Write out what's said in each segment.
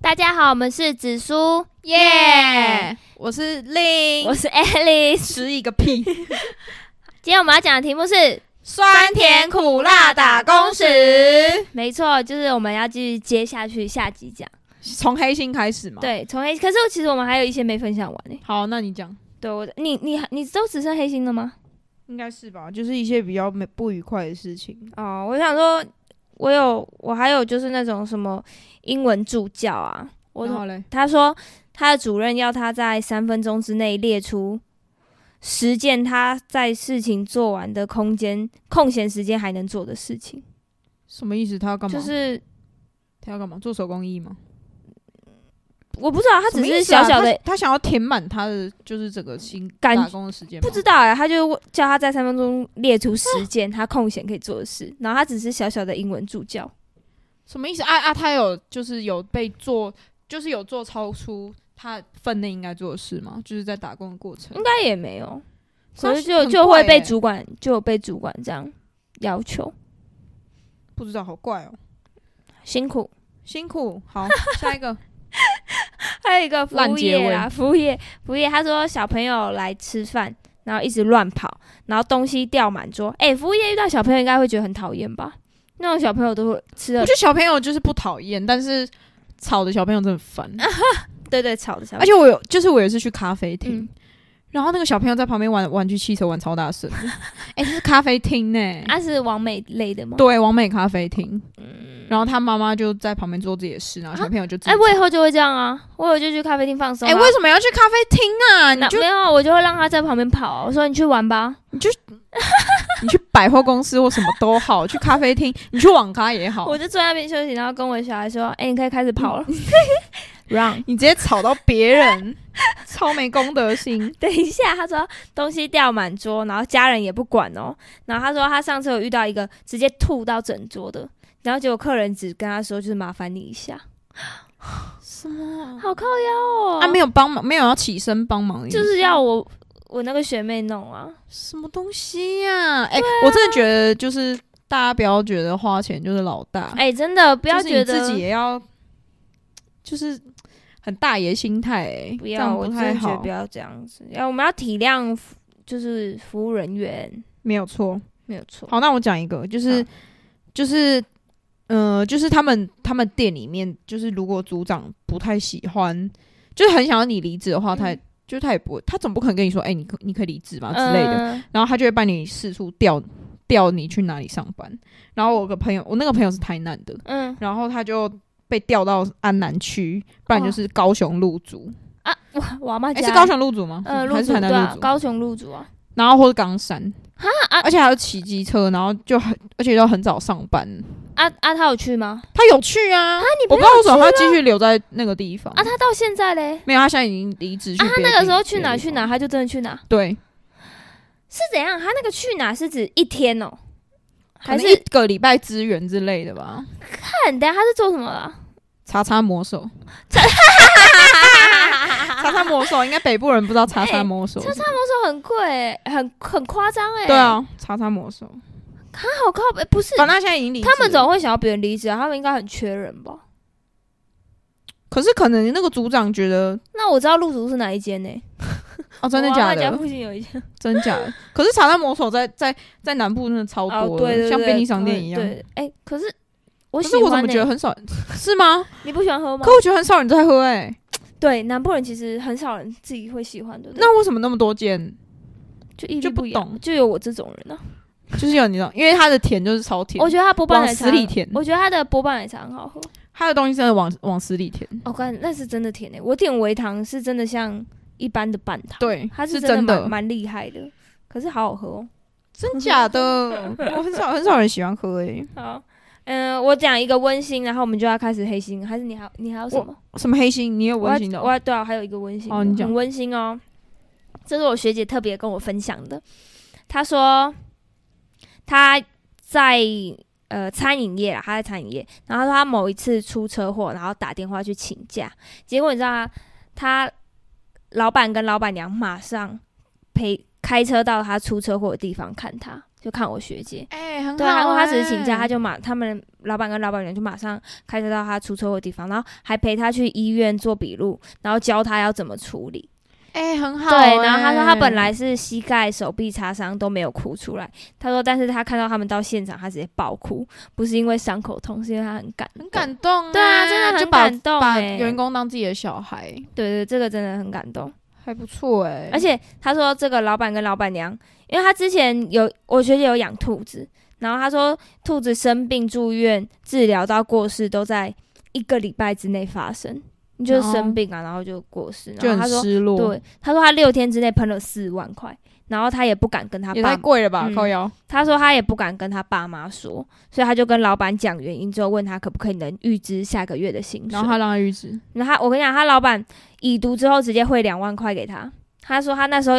大家好，我们是紫苏，耶、我是令哎我，是 Alice。吃哎一个屁！今天我们要讲的题目是，酸甜苦辣 打工时，没错，就是我们要继续接下去下集讲。从黑心开始嘛。，对，从黑，可是其实我们还有一些没分享完呢、好，那你讲，对，我你你你都只剩黑心了吗？应该是吧？就是一些比较没不愉快的事情。哦，我想说，我有我还有就是那种什么英文助教啊，我然后嘞，他说他的主任要他在三分钟之内列出十件他在事情做完的空间空闲时间还能做的事情，什么意思？他要干嘛？就是他要干嘛？做手工艺吗？我不知道他只什么是意思啊小小的、他他想要填满他的就是整个新感打工的时间吗，不知道哎、他就叫他在三分钟列出十件他空闲可以做的事，然后他只是小小的英文助教，什么意思啊啊！他有就是有被做，就是有做超出他分内应该做的事吗？就是在打工的过程应，该也没有，那可是就很就会怪被欸主管就有被主管这样要求，不知道，好怪哦。辛苦。辛苦， 好，下一个，还有一个服烂务结业尾啦，服务业，服务业，他说小朋友来吃饭，然后一直乱跑，然后东西掉满桌。哎、服务业遇到小朋友应该会觉得很讨厌吧？那种小朋友都会吃我了觉，得小朋友就是不讨厌，但是吵的小朋友真的很烦。对对，吵的小而朋且我有，就是我有一次去咖啡厅，嗯然后那个小朋友在旁边玩玩具汽车，玩超大声。 哎、这是咖啡厅呢、友，他、啊是王美类的吗？对，王美咖啡厅。然后他妈妈就在旁边做自己的事，然后小朋友就自己哎、我以后就会这样啊，我以后就去咖啡厅放松、哎、啊。为什么要去咖啡厅啊？你那就没有啊，我就会让他在旁边跑啊、我说你去玩吧。你去百货公司或什么都好， 去咖啡厅，你去网咖也好我，就坐在那边休息，然后跟我小孩说：“哎、你可以开始跑 了。 让你直接吵到别人， 超没公德心。 等一下，他说东西掉满桌，然后家人也不管哦。然后他说他上次有遇到一个直接吐到整桌的，然后结果客人只跟他说就是麻烦你一下，什么？好靠腰哦。啊，没有帮忙，没有要起身帮忙的意思，就是要我我那个学妹弄啊，什么东西呀、哎、我真的觉得就是大家不要觉得花钱就是老大，哎、真的不不要觉得自己也要，就是很大爷心态、哎，不这样要，我不真太的觉得好不，要这样子，要我们要体谅服就是服务人员，没有错。没有错。好，那我讲一个，就是好就是。呃，就是他们他们店里面，就是如果组长不太喜欢，就是很想要你离职的话，嗯他也就是他也不会，他总不可能跟你说，哎、你可你可以离职嘛之类的。嗯然后他就会把你四处调调你去哪里上班。然后我有个朋友，我那个朋友是台南的，嗯然后他就被调到安南区，不然就是高雄路竹。啊，我我阿妈哎、家是高，雄路竹吗？呃，还入是主台对、南路啊竹？，高雄入主啊，然后或是冈山。啊而且还要骑机车，然后就很，而且要很早上班。啊啊，他有去吗？他有去啊，我不知道为什么他继续留在那个地方啊，他到现在嘞？没有，他现在已经离职去啊，他别的那个地时候去别的哪地去方哪，他就真的去哪，对，是怎样？他那个去哪是指一天哦，还还是是一个礼拜支援之类的吧。看等一下他是做什么啊了？ 叉叉魔手， 叉叉魔手应该北部人不知道叉叉魔哎手是什么，那时候很贵欸、很很夸张哎。对，啊，叉叉魔手，他好靠北，不是反正他现在已经离职他们了怎么会想要别人离职啊？他们应该很缺人吧？可是可能那个组长觉得那我知道路竹是哪一间呢、哦，真的我假阿嬷家的？附近有一间，真假的？可是叉叉魔手在在在南部真的超哦，多对对的，对，像便利商店一样。对，哎、可是我可喜是欢、欸，我怎么觉得很少 是吗？你不喜欢喝吗可？我觉得很少人在喝哎、对，南部人其实很少人自己会喜欢的，那为什么那么多间？就毅力就不不一样懂就有我这种人啊。就是有你知道，因为它的甜就是超甜哦我，觉得他波霸往奶茶死里甜，我觉得它的波霸奶茶很好喝。它的东西真的往往死里甜。哦，干，那是真的甜诶、我点微糖是真的像一般的半糖，，对，它是是真的的蛮，蛮厉害的，可是好好喝哦。真假的？我很少很少人喜欢喝哎诶、好，嗯、我讲一个温馨，然后我们就要开始黑心，还是你还你还有什么？什么黑心？你有我要温馨的我哦、要对啊，还有一个温馨的，哦你讲很温馨哦。这是我学姐特别跟我分享的，她说她在呃餐饮业啦，她在餐饮业，然后她说她某一次出车祸，然后打电话去请假，结果你知道吗？她老板跟老板娘马上陪开车到她出车祸的地方看她，就看我学姐。哎、很对啊，如果他只是请假，哎他就马他们老板跟老板员就马上开车到他出车祸的地方，然后还陪他去医院做笔录，然后教他要怎么处理。哎、很好、对，然后他说他哎本来是膝盖、手臂擦伤都没有哭出来，他说但是他看到他们到现场，他直接爆哭，不是因为伤口痛，是因为他很感很动感动、哎对啊，真的就很把感动、把欸。员工当自己的小孩，对对，这个真的很感动。还不错哎、而且他说这个老板跟老板娘，因为他之前有我学姐有养兔子，然后他说兔子生病住院治疗到过世都在一个礼拜之内发生，你就是生病啊，然后就过世。哦就然后他很说，失落，，对，他说他六天之内喷了四万块，然后他也不敢跟他也爸，太贵了吧，嗯靠腰。他说他也不敢跟他爸妈说，所以他就跟老板讲原因之后，问他可不可以能预支下个月的薪水。然后他让他预知，然后他，我跟你讲，他老板已读之后直接汇两万块给他。他说他那时候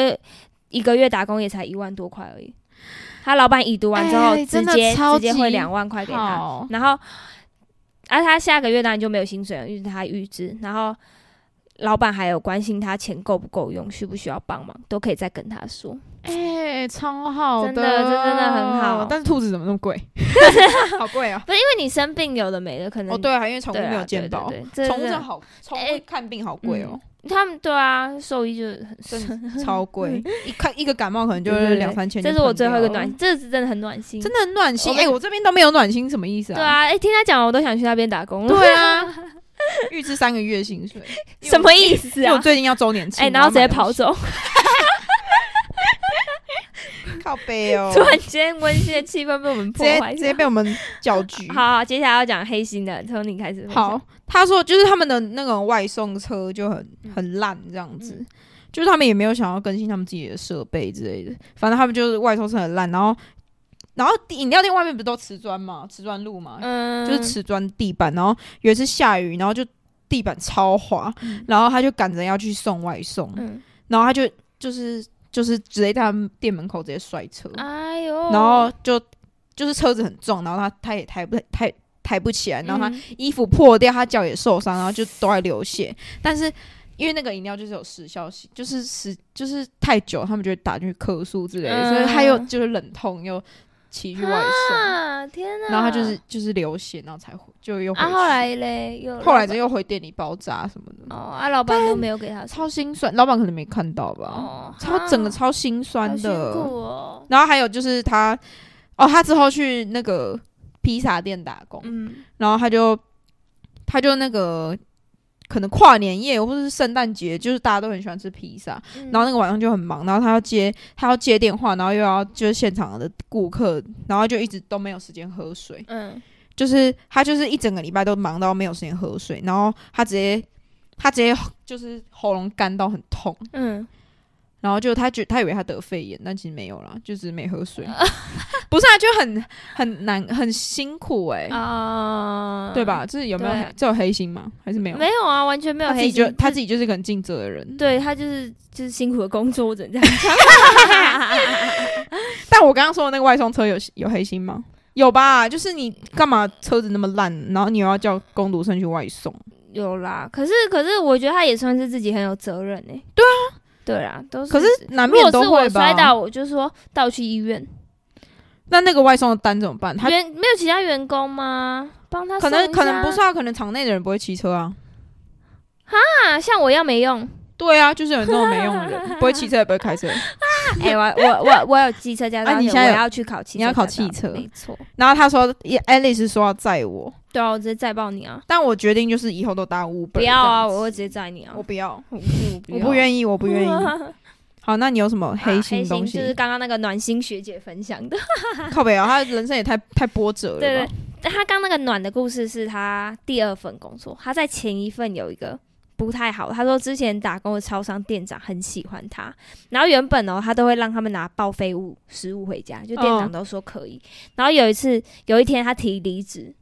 一个月打工也才一万多块而已。他老板已读完之后，哎直真的接超直级接汇两万块给他。好，然后，而、他下个月当然就没有薪水了，因为他预支。然后老板还有关心他钱够不够用，需不需要帮忙，都可以再跟他说。哎、超好真的这真的很好但是兔子怎么那 么贵？好贵哦！不是因为你生病有的没的，可能哦，对啊，因为宠物对啊没有健保，对对对这宠物这真的好，宠哎物看病好贵哦，他们对啊，兽医就是很真的 超贵，一看一个感冒可能就对对是对两三千就这是喷掉了。我最后一个暖，这是真的很暖心，真的很暖心。我哎、我这边都没有暖心，什么意思对啊，哎、听他讲完，我都想去那边打工了。对啊，预支三个月薪水， 什么意思因为我啊？最近要周年庆，哎、然后直接跑我走，要买东西，靠背哦， 突然间温馨的气氛被我们直破接坏直掉。接被我们搅 局。好好，接下来要讲黑心的，从你开始。好，，他说就是他们的那个外送车就很嗯很烂这样子，就是他们也没有想要更新他们自己的设备之类的，反正他们就是外送车很烂，然后然后饮料店外面不是都瓷砖嘛，瓷砖路嘛，嗯，就是瓷砖地板，然后有一次下雨，然后就地板超滑，然后他就赶着要去送外送，嗯，然后他就就是就是直接在他们店门口直接摔车，哎呦，然后就就是车子很重，然后他他也抬不抬抬不起来，嗯，然后他衣服破掉，他脚也受伤，然后就都在流血。但是因为那个饮料就是有时效性，就是时就是太久，他们就会打进去客诉之类的，嗯所以他又就是冷痛又骑去外送，啊，天哪！然后他就是就是流血，然后才回就又回去。啊，后来嘞，又后来就又回店里包扎什么的，哦，啊，老板都没有给他超心酸。老板可能没看到吧，哦，超整个啊超心酸的。好辛苦哦，然后还有就是他，哦，他之后去那个披萨店打工，嗯，然后他就他就那个可能跨年夜或者是圣诞节，就是大家都很喜欢吃披萨，嗯嗯然后那个晚上就很忙，然后他要接他要接电话，然后又要就是现场的顾客，然后就一直都没有时间喝水，嗯就是他就是一整个礼拜都忙到没有时间喝水，然后他直接他直接 就是喉咙干到很痛。嗯，然后就他觉他以为他得肺炎，但其实没有啦，就只是没喝 水。不是啊，就很很难很辛苦哎、啊，对？吧？这有没有嗯对黑这有黑心吗？还是没有？没有啊，完全没有他自黑己心就，他自己就是个很尽责的人。对他就是就是辛苦的工作，我只能这样讲。 但我刚刚说的那个外送车有有黑心吗？有吧？就是你干嘛车子那么烂，然后你又要叫工读生去外送？有啦，可是可是我觉得他也算是自己很有责任呢、对啊，对啊，都是。可是难如免果都是会我吧摔？倒，我就说带我去医院。那那个外送的单怎么办？他员没有其他员工吗？帮他可送能一可能下不是啊，可能场内的人不会骑车啊。啊，像我一样没 用。对啊，就是有那种没用的人，不会骑车也不会 开车。哎、我我我我有机车驾照，啊你而且现在我有要去考汽车驾照，你要考汽车没错。然后他说也，Alice 说要载我，对啊，我直接载爆你啊！但我决定就是以后都搭 Uber。不要啊，我会直接载你啊！我不要，我不我不意，愿意，我 不愿意。啊好，那你有什么黑心黑东心西？就是刚刚那个暖心学姐分享的。靠北啊，他人生也太太波折了吧。对对，但他刚那个暖的故事是他第二份工作，他在前一份有一个不太好，他说之前打工的超商店长很喜欢他，然后原本哦他都会让他们拿报废物食物回家，就店长嗯都说可以，然后有一次有一天他提离职。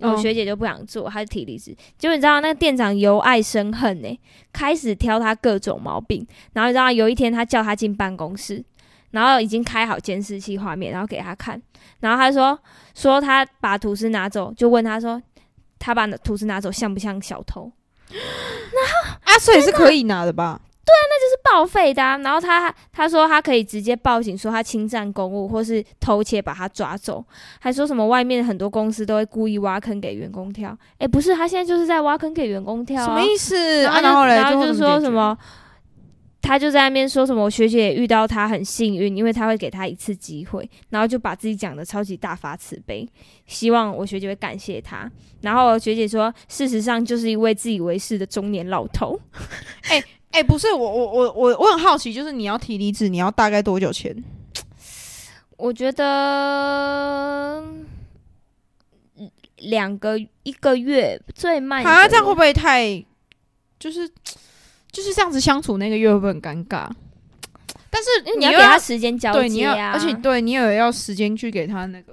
我嗯学姐就不想做，她就提离职。结果你知道那个店长由爱生恨呢、开始挑他各种毛病。然后你知道有一天他叫他进办公室，然后已经开好监视器画面，然后给他看，然后他说说他把吐司拿走，就问他说他把吐司拿走像不像小偷？啊，所以是可以拿的吧？报废的、啊。然后他他说他可以直接报警，说他侵占公物或是偷窃，把他抓走。还说什么外面很多公司都会故意挖坑给员工跳。诶，不是，他现在就是在挖坑给员工跳、啊。什么意思？然后啊就然后嘞，然后就怎解说决什？么，他就在那边说什么，我学姐也遇到他很幸运，因为他会给他一次机会，然后就把自己讲的超级大发慈悲，希望我学姐会感谢他。然后我学姐说，事实上就是一位自以为是的中年老头，哎、不是我我我我我很好奇，就是你要提离职，你要大概多久前？我觉得。嗯两个一个月最慢一个啊，这样会月不会太就是就是这样子相处那个月会不会很尴尬？但是因为你要又给他时间交接、啊、对，你要而且对你也要时间去给他那个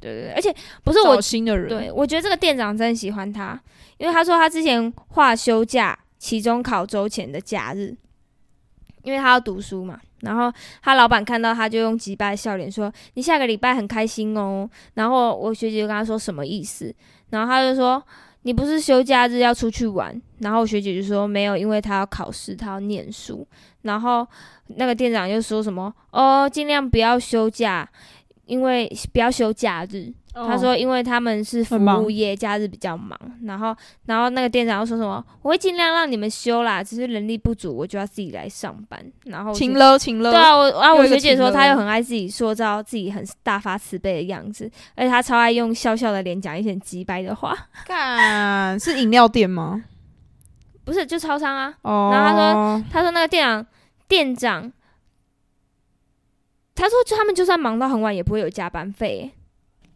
对对对，而且不是我找新的人，对，我觉得这个店长真喜欢他，因为他说他之前画休假，期中考周前的假日，因为他要读书嘛。然后他老板看到他就用击败笑脸说：“你下个礼拜很开心哦。”然后我学姐就跟他说什么意思，然后他就说：“你不是休假日要出去玩？”然后我学姐就说：“没有，因为他要考试，他要念书。”然后那个店长就说什么：“哦，尽量不要休假，因为不要休假日。”哦他说，因为他们是服很忙务业，假日比较忙。然后，然后那个店长又说什么，我会尽量让你们休啦，只是人力不足，我就要自己来上班。然后我就请了请了，对啊，我啊，又我一个学姐请说了她又很爱自己塑造自己很大发慈悲的样子，而且她超爱用笑笑的脸讲一些很鸡掰的话， 干是饮料店吗？不是就超商啊？哦，然后她说那个店长店长，她说就他们就算忙到很晚也不会有加班费欸、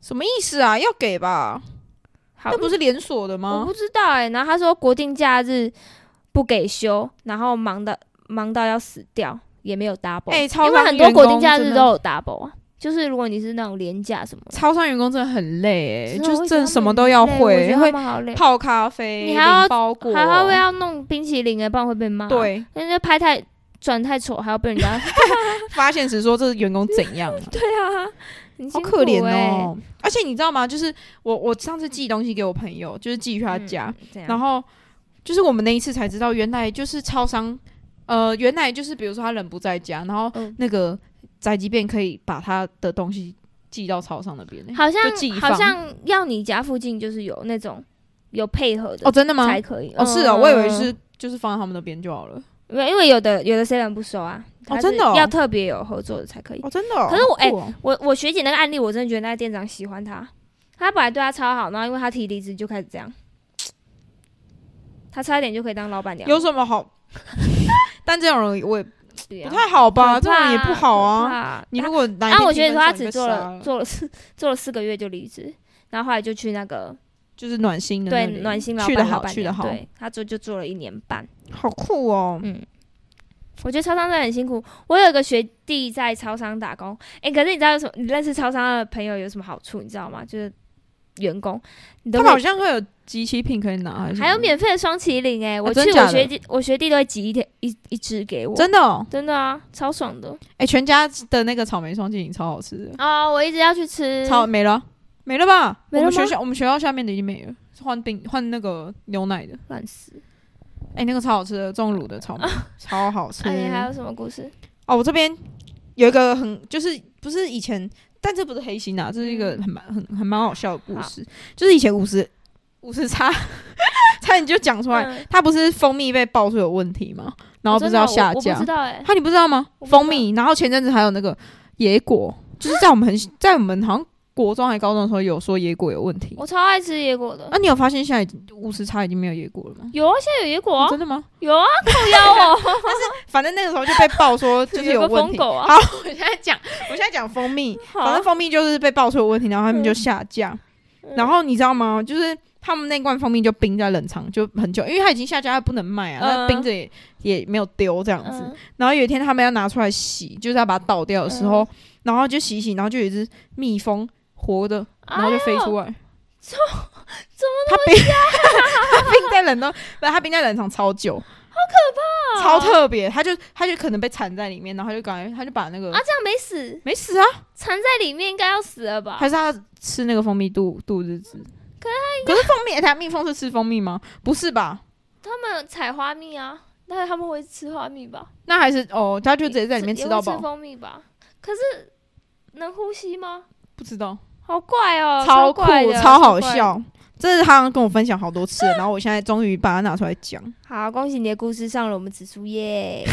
什么意思啊？要给吧？好，那不是连锁的啊我吗？不知道哎、然后他说国定假日不给休，然后忙的忙到要死掉，也没有 double。哎超因为商很多员国工定假日真的都有 double 啊，就是如果你是那种廉价什么的，超商员工真的很累、欸，真的就是我真觉得的什他么们都要很累我觉会，欸得会他们好累，泡咖啡，你还要领包裹，还还会要弄冰淇淋哎、不然会被骂。，对人家拍太转太丑，还要被人家 发现时说这员工怎样、啊，对啊，很好辛可怜苦欸。哦。而且你知道吗？就是我我上次寄东西给我朋友，就是寄去他家，嗯这样然后就是我们那一次才知道，原来就是超商，呃，原来就是比如说他人不在家，然后嗯那个宅急便可以把他的东西寄到超商那边、欸好像就寄一好放像要你家附近就是有那种有配合的哦，真的吗？才可以。哦，是啊，哦，我以为是就是放在他们那边就好了。没有，因为有的有的 seven 不收啊，哦它真的是哦要特别有合作的才可以。哦，真的、哦。可是我哎好酷哦我我学姐那个案例，我真的觉得那个店长喜欢她，他本来对她超好，然后因为她提离职就开始这样，她差一点就可以当老板娘，有什 么好？但这种人我也不对啊太好吧？可这怕种人也不好可啊。怕你如果哪一啊，天我学姐评说分她上你只被做杀了做了四做了四个月就离职，然后后来就去那个就是暖心的那对里，暖心老去板的老好，板去的娘好，对，她做就做了一年半。好酷哦。嗯，我觉得超商真的很辛苦。我有一个学弟在超商打工，诶，可是你知道有什么？你认识超商的朋友有什么好处？你知道吗？就是员工，你都他会们好像会有机器品可以拿，还是还什有么免费的双麒麟诶，我啊真去假我的学弟，我学弟都会挤一天一一只给我，真的哦。真的啊，超爽的哎，全家的那个草莓双麒麟超好吃的，啊、我一直要去吃，超没了，没了吧？嗯没我了们学吗校我们学校下面的已经没了，是换冰换那个牛奶的。乱死。哎，那个超好吃的，重乳的草莓超好吃那、。你啊哎还有什么故事？哦，我这边有一个很就是不是以前，但这不是黑心啊，这是一个嗯很蛮很很蛮好笑的故事，就是以前五十五十差，差点就讲出来，嗯它不是蜂蜜被爆出有问题吗？然后我不真是的要啊下我我架不知，道诶，它你不知道吗？我不知道蜂蜜，然后前阵子还有那个野果，就是在我们很 在我们好像国中还高中的时候有说野果有问题，我呃超爱吃野果的。那、你有发现现在已经五十差已经没有野果了吗？哦有啊，现在有野果、啊真，的吗？有啊，靠腰哦，反正那个时候就被爆说 就是有个有问疯题，狗啊，好，我现在讲，我现在讲蜂蜜，好反正蜂蜜就是被爆出有问题，然后他们就下架。嗯然后你知道吗？就是他们那罐蜂蜜就冰在冷藏就很久，因为它已经下架，它不能卖啊，嗯那冰着也也没有丢这样子。嗯然后有一天他们要拿出来洗，就是要把它倒掉的时候，然后就洗一洗，然后就有一只蜜蜂活的，然后就飞出来。啊怎么它冰它冰在冷冻，不是它冰在冷藏超久，好可哦怕、超特别。它就它就可能被缠在里面，然后它就感觉它就把那个、啊，这样没死，没死啊，藏在里面应该要死了吧还？是它吃那个蜂蜜度度日子。哎可是蜂蜜，它蜜蜂是吃蜂蜜吗？不是吧？他们采花蜜啊，但是他们会吃花蜜吧？那还是哦，他就直接在里面也吃会到吃饱，蜂蜜吧？可是能呼吸吗？不知道，好怪哦，超酷怪，的超好。怪的笑。这是他跟我分享好多次了，然后我现在终于把它拿出来讲，好，恭喜你的故事上了我们指数 耶！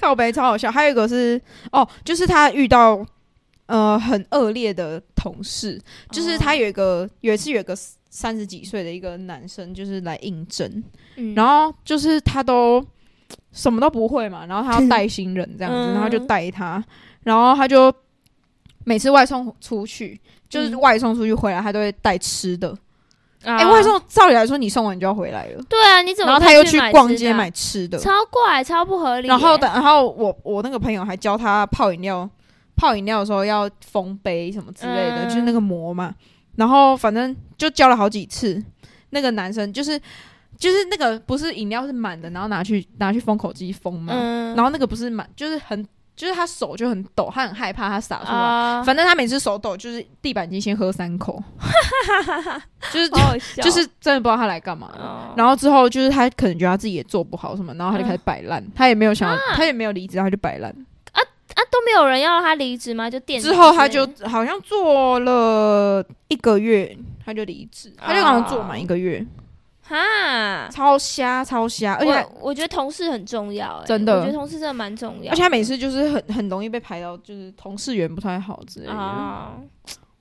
靠背超好笑。还有一个是哦，就是他遇到呃很恶劣的同事，就是他哦，有一个、有一次有一个三十几岁的一个男生，就是来应征，嗯然后就是他都什么都不会嘛，然后他 要带新人这样子，嗯然后就带他，然后他就每次外送出去，就是嗯外送出去回来，他都会带吃的。哎哎、外送照理来说你送完就要回来了，对啊，你怎么？然后他又去逛街买，吃的，啊超怪，超不合理耶。然后等然后我我那个朋友还教他泡饮料，泡饮料的时候要封杯什么之类的，嗯就是那个膜嘛。然后反正就教了好几次，那个男生就是就是那个不是饮料是满的，然后拿去拿去封口机封嘛。嗯，然后那个不是满，就是很就是他手就很抖，他很害怕他洒出来。啊，反正他每次手抖，就是地板已经先喝三 口，就是好好笑，就是真的不知道他来干嘛的。哦，然后之后就是他可能觉得他自己也做不好什么，然后他就开始摆烂，他也没有想要，他也没有离职，他就摆烂。啊都没有人要让他离职吗？就店之后他就好像做了一个月，他就离职，啊他就好像做满一个月，哈，超瞎超瞎，而且他我我觉得同事很重要，哎真的我觉得同事真的蛮重要的，而且他每次就是很很容易被排到，就是同事缘不太好之类的。啊，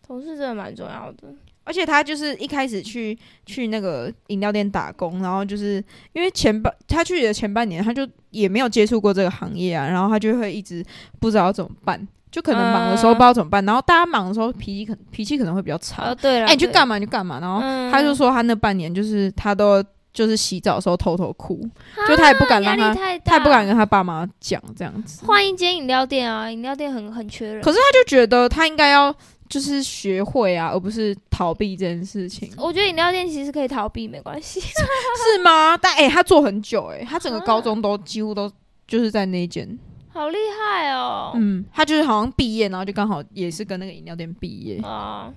同事真的蛮重要的，而且他就是一开始去去那个饮料店打工，然后就是因为前半他去的前半年，他就也没有接触过这个行业啊，然后他就会一直不知道怎么办，就可能忙的时候嗯不知道怎么办，然后大家忙的时候脾气可脾气可能会比较差哦，，对了，哎、你去对干嘛你就干嘛，然后嗯他就说他那半年就是他都就是洗澡的时候偷偷哭，就他也不敢嗯压让力他，太大，他也不敢跟他爸妈讲这样子，换一间饮料店啊，饮料店很很缺人。可是他就觉得他应该要就是学会啊，而不是逃避这件事情。我觉得饮料店其实可以逃避，没关系。 是吗？但哎、欸他做很久哎、欸他整啊个高中都几乎都就是在那一间，好厉害哦！嗯，他就是好像毕业，然后就刚好也是跟那个饮料店毕业，啊、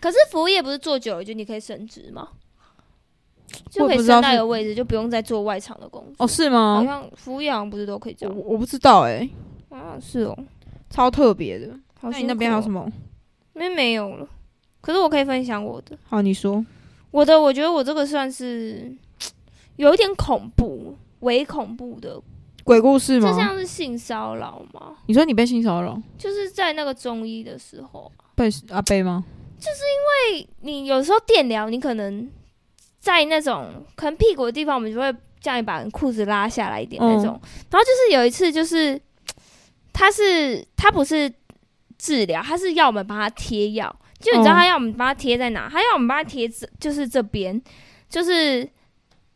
可是服务业不是做久了就你可以升职吗？就我可也以不知道升到是一个位置，就不用再做外场的工作。哦，是好吗？像服务业好像不是都可以这我样。我不知道哎、欸啊，是哦。超特别的。好那辛哦你那边还有什么？么？那边没有了。可是我可以分享我的，好，你说。我的我觉得我这个算是有一点恐怖，伪恐怖的，鬼故事就吗？像是性骚扰嘛，你说你被性骚扰，就是在那个中医的时候。被阿贝吗？你有时候电疗，你可能在那种可能屁股的地方，我们就会叫你把裤子拉下来一点那种。然后就是有一次，就是他是他不是治疗，他是要我们帮他贴药。就你知道嗯他要我们帮他贴在哪？他要我们帮他贴这，就是这边，就是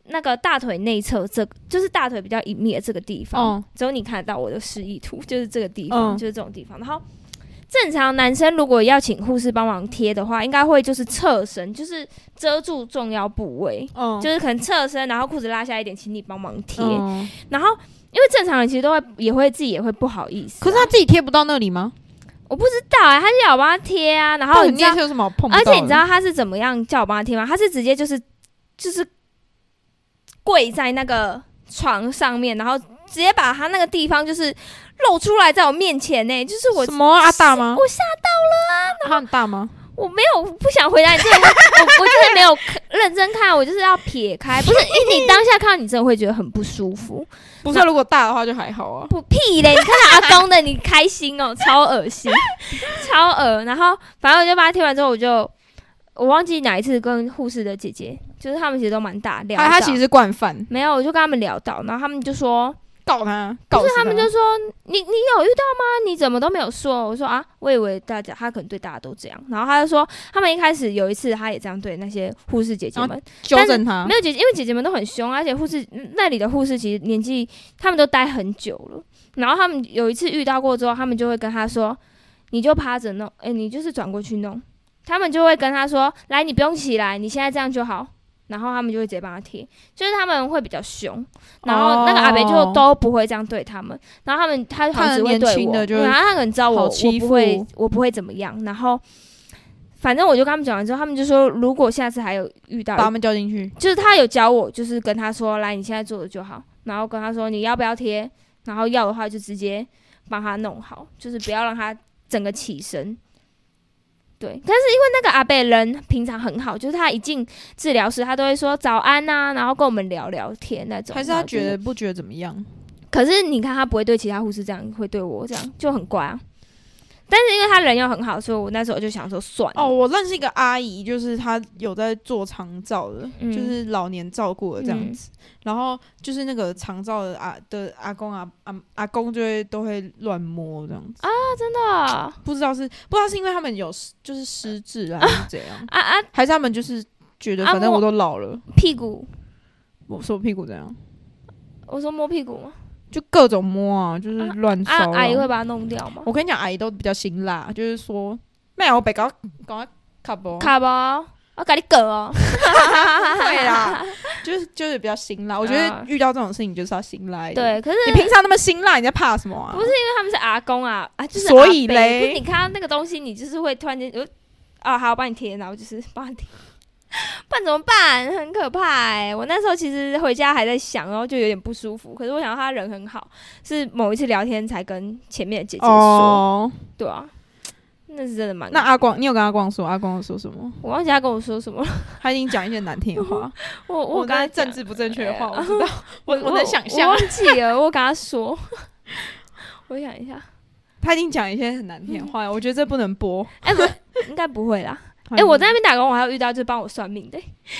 那个大腿内侧这个，就是大腿比较隐秘的这个地方。哦，只有你看得到我的示意图，就是这个地方，嗯就是这种地方。然后正常男生如果要请护士帮忙贴的话，应该会就是侧身，就是遮住重要部位，嗯，就是可能侧身，然后裤子拉下一点，请你帮忙贴。嗯然后因为正常人其实都会也会自己也会不好意思啊、可是他自己贴不到那里吗？我不知道啊、他就要我帮他贴啊，然到后底你知道那，些有什么好碰不到而的？且你知道他是怎么样叫我帮他贴吗？他是直接就是就是跪在那个床上面，然后直接把他那个地方就是露出来在我面前呢、就是我什么啊阿大吗？我吓到了，他很大吗？我没有不想回答你这个 问题，我我真的没有看认真看，我就是要撇开， 不是因为你当下看到你真的会觉得很不舒服，不是，如果大的话就还好啊。不屁嘞！你看 到阿公的，你开心哦，超恶心，超恶。然后反正我就把它贴完之后，我就我忘记哪一次跟护士的姐姐，就是他们其实都蛮大聊到。他他其实是惯犯，没有，我就跟他们聊到，然后他们就说，告他，告不是死他们就说你你有遇到吗？你怎么都没有说？我说啊，我以为大家他可能对大家都这样。然后他就说，他们一开始有一次他也这样对那些护士姐姐们，纠但是正他没，有姐姐，因为姐姐们都很凶，而且护士嗯那里的护士其实年纪，他们都待很久了。然后他们有一次遇到过之后，他们就会跟他说：“你就趴着弄，哎、你就是转过去弄。”他们就会跟他说：“来，你不用起来，你现在这样就好。”然后他们就会直接帮他贴，就是他们会比较凶，然后那个阿北就哦都不会这样对他们，然后他们他好像只会看得年对轻我，的就然后他可能知道我好欺我负不会我不会怎么样，然后反正我就跟他们讲完之后，他们就说如果下次还有遇到把他们叫进去。就是他有教我，就是跟他说，来，你现在做的就好。然后跟他说你要不要贴，然后要的话就直接帮他弄好，就是不要让他整个起身。对，但是因为那个阿贝人平常很好，就是他一进治疗室，他都会说早安呐、然后跟我们聊聊天那种。还是然他后就觉得不觉得怎么样？可是你看他不会对其他护士这样，会对我这样就很怪啊。但是因为他人又很好，所以我那时候就想说算了。哦，我认识一个阿姨，就是她有在做长照的，嗯就是老年照顾的这样嗯子。然后就是那个长照的阿的阿公啊阿阿公就会都会乱摸这样子，真的啊不知道是不知道是因为他们有失就是失智啊还是怎 样，啊啊！还是他们就是觉得反正啊我我都老了，屁股，我说我屁股怎样，我说摸屁股吗？就各种摸啊，就是 乱啊骚，阿姨扰哦会把它弄掉吗？我跟你讲，阿姨都比较辛辣，就是说，妹，我被搞搞卡不？卡吧，我给你割哦。对啦，就是就是比较辛辣。我觉得啊遇到这种事情就是要辛辣一 对，点。可是嗯你平常那么辛辣，你在怕什么啊？不是因为他们是阿公啊啊，就是所阿以伯嘞可是你看到那个东西，你就是会突然间就啊，好，我帮你贴，然后就是帮 你贴，不然怎么办？很可怕哎、我那时候其实回家还在想，然后就有点不舒服。可是我想他人很好，是某一次聊天才跟前面的姐姐说，哦，对啊，那是真的蛮那。阿光，你有跟阿光说，阿光有说什么？我忘记他跟我说什么了，他已经讲一些难听的话，我 我我刚刚才才政治不正确的话，我知道， 我我我能想象我，忘记了，我跟他说， 我想一下，他已经讲一些很难听的话，我觉得这不能播。哎、不，应该不会 啦。哎、我在那边打工，我还有遇到就是帮我算命的、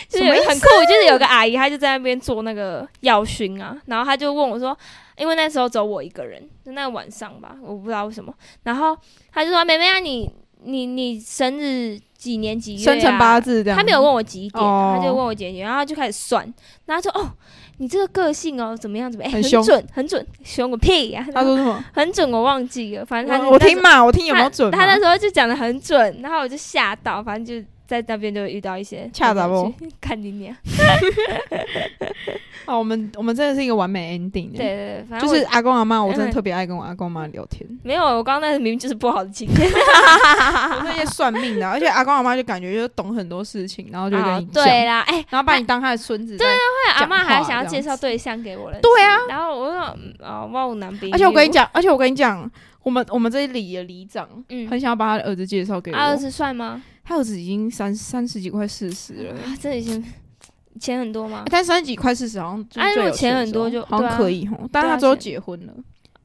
就是什么有意一思个很酷，就是有个阿姨，她就在那边做那个药熏啊，然后她就问我说，因为那时候走我一个人，就那个晚上吧，我不知道为什么，然后她就说，妹妹啊，你你你生日几年几月、啊？生辰八字这样，他没有问我几点啊，哦他就问我几点，然后他就开始算，然后他说哦，你这个个性哦，怎么样怎么样，哎很很凶准，很准，凶个屁呀、他说什么？ 很准，我忘记了，反正他我我那时听候嘛，我听有没有准嘛？啊他？他那时候就讲的很准，然后我就吓到，反正就在那边就遇到一些恰杂不？看你 娘，哦，我们我们真的是一个完美 ending 对欸。对对，反正就是阿公阿妈，我真的嗯特别爱跟我阿公妈聊天，我没有，我刚刚那明明就是不好的经 验，我那些算命的啊，而且阿公阿妈就感觉就是懂很多事情，然后就会跟啊你讲，对啊啦，哎，然后把你当他的孙子。对后来阿讲妈还话想要这介样绍对象给我了，对啊，然后我就说嗯哦，望我南边，而且我跟你，讲，而且我跟你讲，我们我们这里的里长嗯，啊很想要把他的儿子介绍给我，阿儿子帅吗？他儿子已经三三十几快四十了欸。啊，这以前钱很多吗？但三十几快四十，好像就是啊啊如最果有钱的很时多候就好对像啊可以吼，但对他啊之后钱结婚了，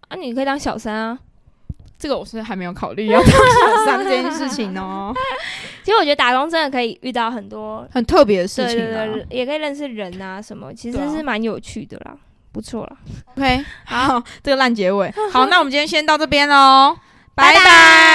啊，你可以当小三啊。这个我是还没有考虑 要当小三这件事情哦，其实我觉得打工真的可以遇到很多，很特别的事对情对啊。对，也可以认识人啊什么，其实对啊是蛮有趣的啦，不错啦。 OK，好，这个烂结尾。好，那我们今天先到这边喽，拜拜拜。